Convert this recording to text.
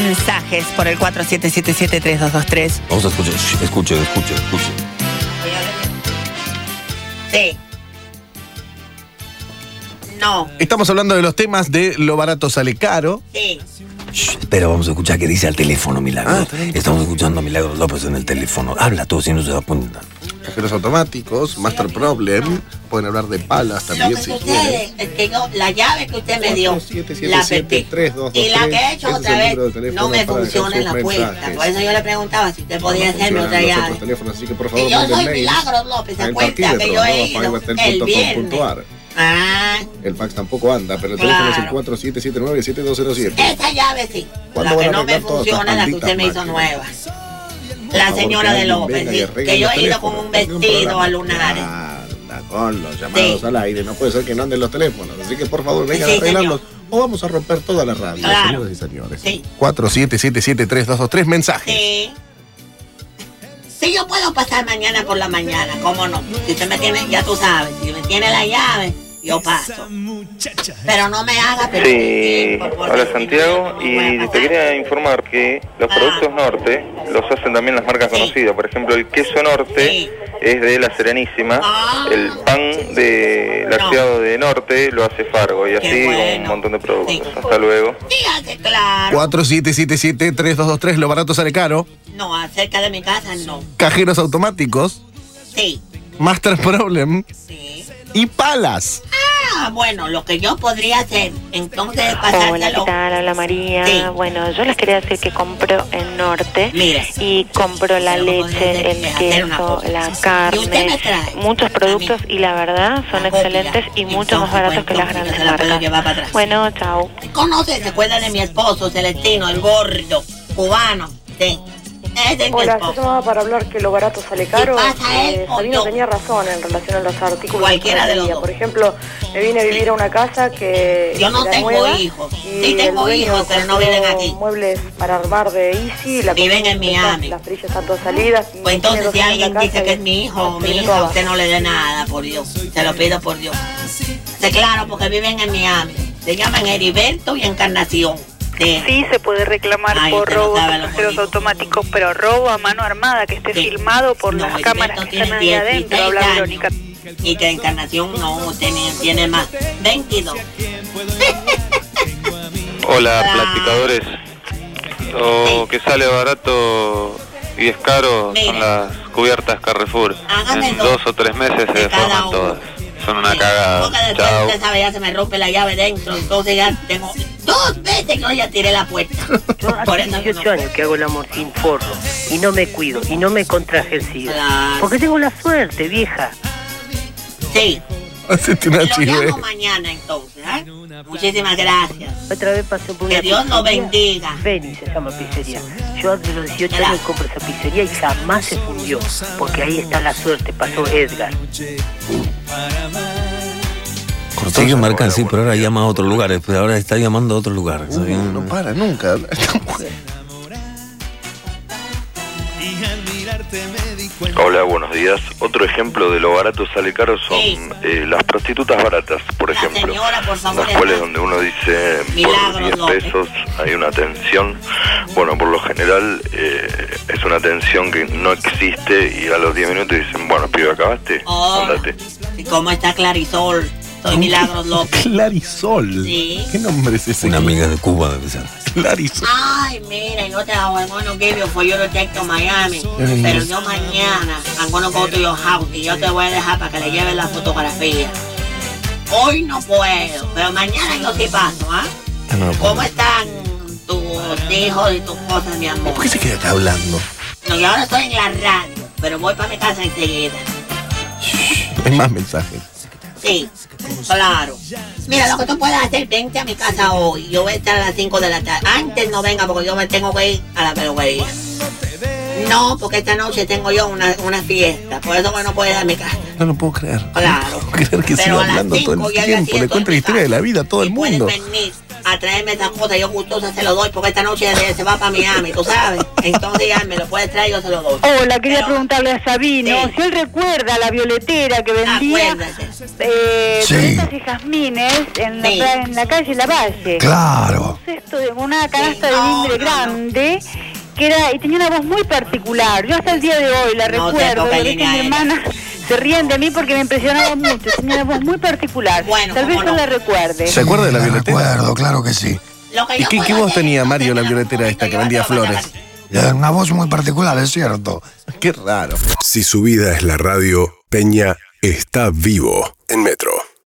mensajes por el 4777-3223. Vamos a escuchar. Shh, Escuchen, escuchen, escuchen. Sí. No. Estamos hablando de los temas de lo barato sale caro. Sí. Shh, espera, vamos a escuchar qué dice al teléfono, Milagro. Ah, está bien. Estamos escuchando a Milagro López en el teléfono. Habla todo si no se da cuenta. Cajeros automáticos, Master Problem. Pueden hablar de palas Lo que también si quieren. sucede es que yo, la llave que usted me dio, 4777 la apreté. 3223, Y la que he hecho ese es otra el vez, número de teléfono no me para funciona dejar la sus puerta. mensajes. Por eso yo le preguntaba si usted podía No hacerme funcionan otra los llave. otros teléfonos, así que por favor Que yo manden soy mails Milagros López, a se cuenta que yo he ido el viernes. parquímetro.com.ar. Ah, El fax tampoco anda, pero el Claro. teléfono es el 4779-7207. esa llave sí, la ¿Cuándo que no van a me arreglar todas funciona estas es la que usted me hizo malditas máquinas? nueva. La Por favor, señora que de alguien López, venga y sí, arregle que yo los he ido con un teléfonos. Tengo un vestido programa. a lunares. Anda, con los llamados Sí. al aire, no puede ser que no anden los teléfonos. Así que por favor, vengan Sí, a arreglarlos. O vamos a romper toda la radio, Claro. señoras y señores. Sí. 47773223 mensajes. Sí. Sí, yo puedo pasar mañana por la mañana, ¿cómo no? Si usted me tiene, ya tú sabes, si me tiene la llave, yo paso. Pero no me haga Sí, perder tiempo, porque hola si no, Santiago no voy a y te pasar. quería informar que los Ah. productos norte los hacen también las marcas Sí. conocidas, por ejemplo el queso norte Sí. es de La Serenísima, Ah. el pan de laxiado de norte lo hace Fargo y así bueno. un montón de productos. Sí. Hasta luego. Sí, hace claro. 47773223, lo barato sale caro. No, acerca de mi casa, no. Cajeros automáticos, Sí, Master Problem sí. y palas. Ah, bueno, lo que yo podría hacer, entonces es Hola, ¿qué pasárselo. tal? Hola María. Sí. Bueno, yo les quería decir que compro en Norte Mire. y compro la Yo lo que voy a hacer leche, es el hacer una queso, cosa. la Y usted me carne, trae muchos productos a mí y la verdad son la copia. excelentes y mucho más Entonces, baratos pues, que las entonces grandes se la puedo marcas. llevar para atrás. Bueno, chao. Conoce, se acuerda de mi esposo, Celestino, el gordo, cubano. Sí. Ese es mi Hola, yo esposo. llamaba para hablar que lo barato sale caro. ¿Qué pasa, él o Sabino yo? tenía razón en relación a los artículos. Cualquiera de los joyería. dos. Por ejemplo, me vine a vivir a una casa que Yo no era tengo nueva hijos. y Sí tengo el dueño hijos, pero no compró viven aquí. muebles para armar de Easy. La Viven cocina en está- Miami. Las perillas están todas salidas. Pues entonces si alguien dice que es mi hijo o mi hija, usted usted no le dé nada, por Dios. Se lo pido por Dios. Sí, claro, porque viven en Miami. Se llaman Heriberto y Encarnación. Sí. Sí, se puede reclamar Ay, por usted no robos sabe a lo cajeros bonito. automáticos, pero robo a mano armada que esté Sí. filmado por No, las Heriberto cámaras que están tiene ahí adentro, 16 habla años. Verónica. Y que Encarnación no tiene, tiene más. 22. Hola, Hola. platicadores. Lo que sale barato y es caro Mire. son las cubiertas Carrefour. Hágame en dos. dos o tres meses se De cada deforman uno. todas. Son una Sí, Porque cagada. después Chao. usted sabe, ya se me rompe la llave dentro, entonces ya tengo dos veces que hoy ya tiré la puerta. Por eso yo no- años que hago el amor sin forro y no me cuido y no me contraje el Claro. Porque tengo la suerte, vieja. Sí. Hacete Lo este una chive. llamo mañana entonces, ¿eh? Muchísimas gracias. Otra vez pasé por Que una Dios nos bendiga. Vení, se llama pizzería. Yo de los 18 Hola. años compro esa pizzería y jamás se fundió. Porque ahí está la suerte, pasó Edgar. Sigue marca sí, pero ahora llama a otro lugar. Pero ahora está llamando a otro lugar. Uy, no para nunca. Esta mujer. Hola, buenos días. Otro ejemplo de lo barato sale caro son Sí. eh, las prostitutas baratas, por La ejemplo. señora, por favor, las cuales hermano. donde uno dice Milagro, por 10 López. pesos hay una atención. Bueno, por lo general eh, es una atención que no existe y a los 10 minutos dicen, bueno, pibe, acabaste, Hola. andate. Oh. ¿Y cómo está Clarisol? Soy Milagros López. Clarisol. Sí. ¿Qué nombre es ese? Una amiga de Cuba debe ser. Clarisol. Ay, mira, yo te hago, I'm gonna give you for your take to Miami. Pero yo mañana, I'm gonna go to your house y yo te voy a dejar para que le lleves la fotografía. Hoy no puedo, pero mañana yo sí paso, ¿ah? Ah, no, ¿Cómo están tus hijos y tus cosas, mi amor? ¿Por qué se queda acá hablando? No, yo ahora estoy en la radio, pero voy para mi casa enseguida. Hay más mensajes. Sí, claro. Mira, lo que tú puedes hacer, vente a mi casa hoy. Yo voy a estar a las 5 de la tarde. Antes no venga porque yo me tengo que ir a la peluquería. No, porque esta noche tengo yo una, una fiesta. Por eso que no puedo ir a mi casa. No lo puedo creer. Claro. No puedo creer que Pero a siga las hablando todo cinco el ya tiempo. estoy Le en cuento mi la historia casa. de la vida a todo el Y puedes mundo. venir a traerme esas cosas. Yo gustosa se lo doy porque esta noche se- se va para Miami, tú sabes. Entonces ya me lo puedes traer, yo se lo doy. Hola, quería Pero- preguntarle a Sabino Sí. si él recuerda la violetera que vendía Acuérdate. eh, Sí. violetas y jazmines en la, Sí. en la calle Lavalle. Claro. esto de una canasta de mimbre grande que era y tenía una voz muy particular. Yo hasta el día de hoy la No te recuerdo, toca, lo dije a mi Lina, hermana. Se ríen de mí porque me impresionaba mucho. Tenía una voz muy particular. Bueno, Tal vez cómo no no. la recuerde. ¿Se acuerda de la violetera? Recuerdo, claro que sí. Lo que ¿Y yo qué- puedo qué voz hacer, tenía Mario, la no, violetera esta que vendía flores? Eh, Una voz muy particular, es cierto. Qué raro. Si su vida es la radio, Peña está vivo en Metro.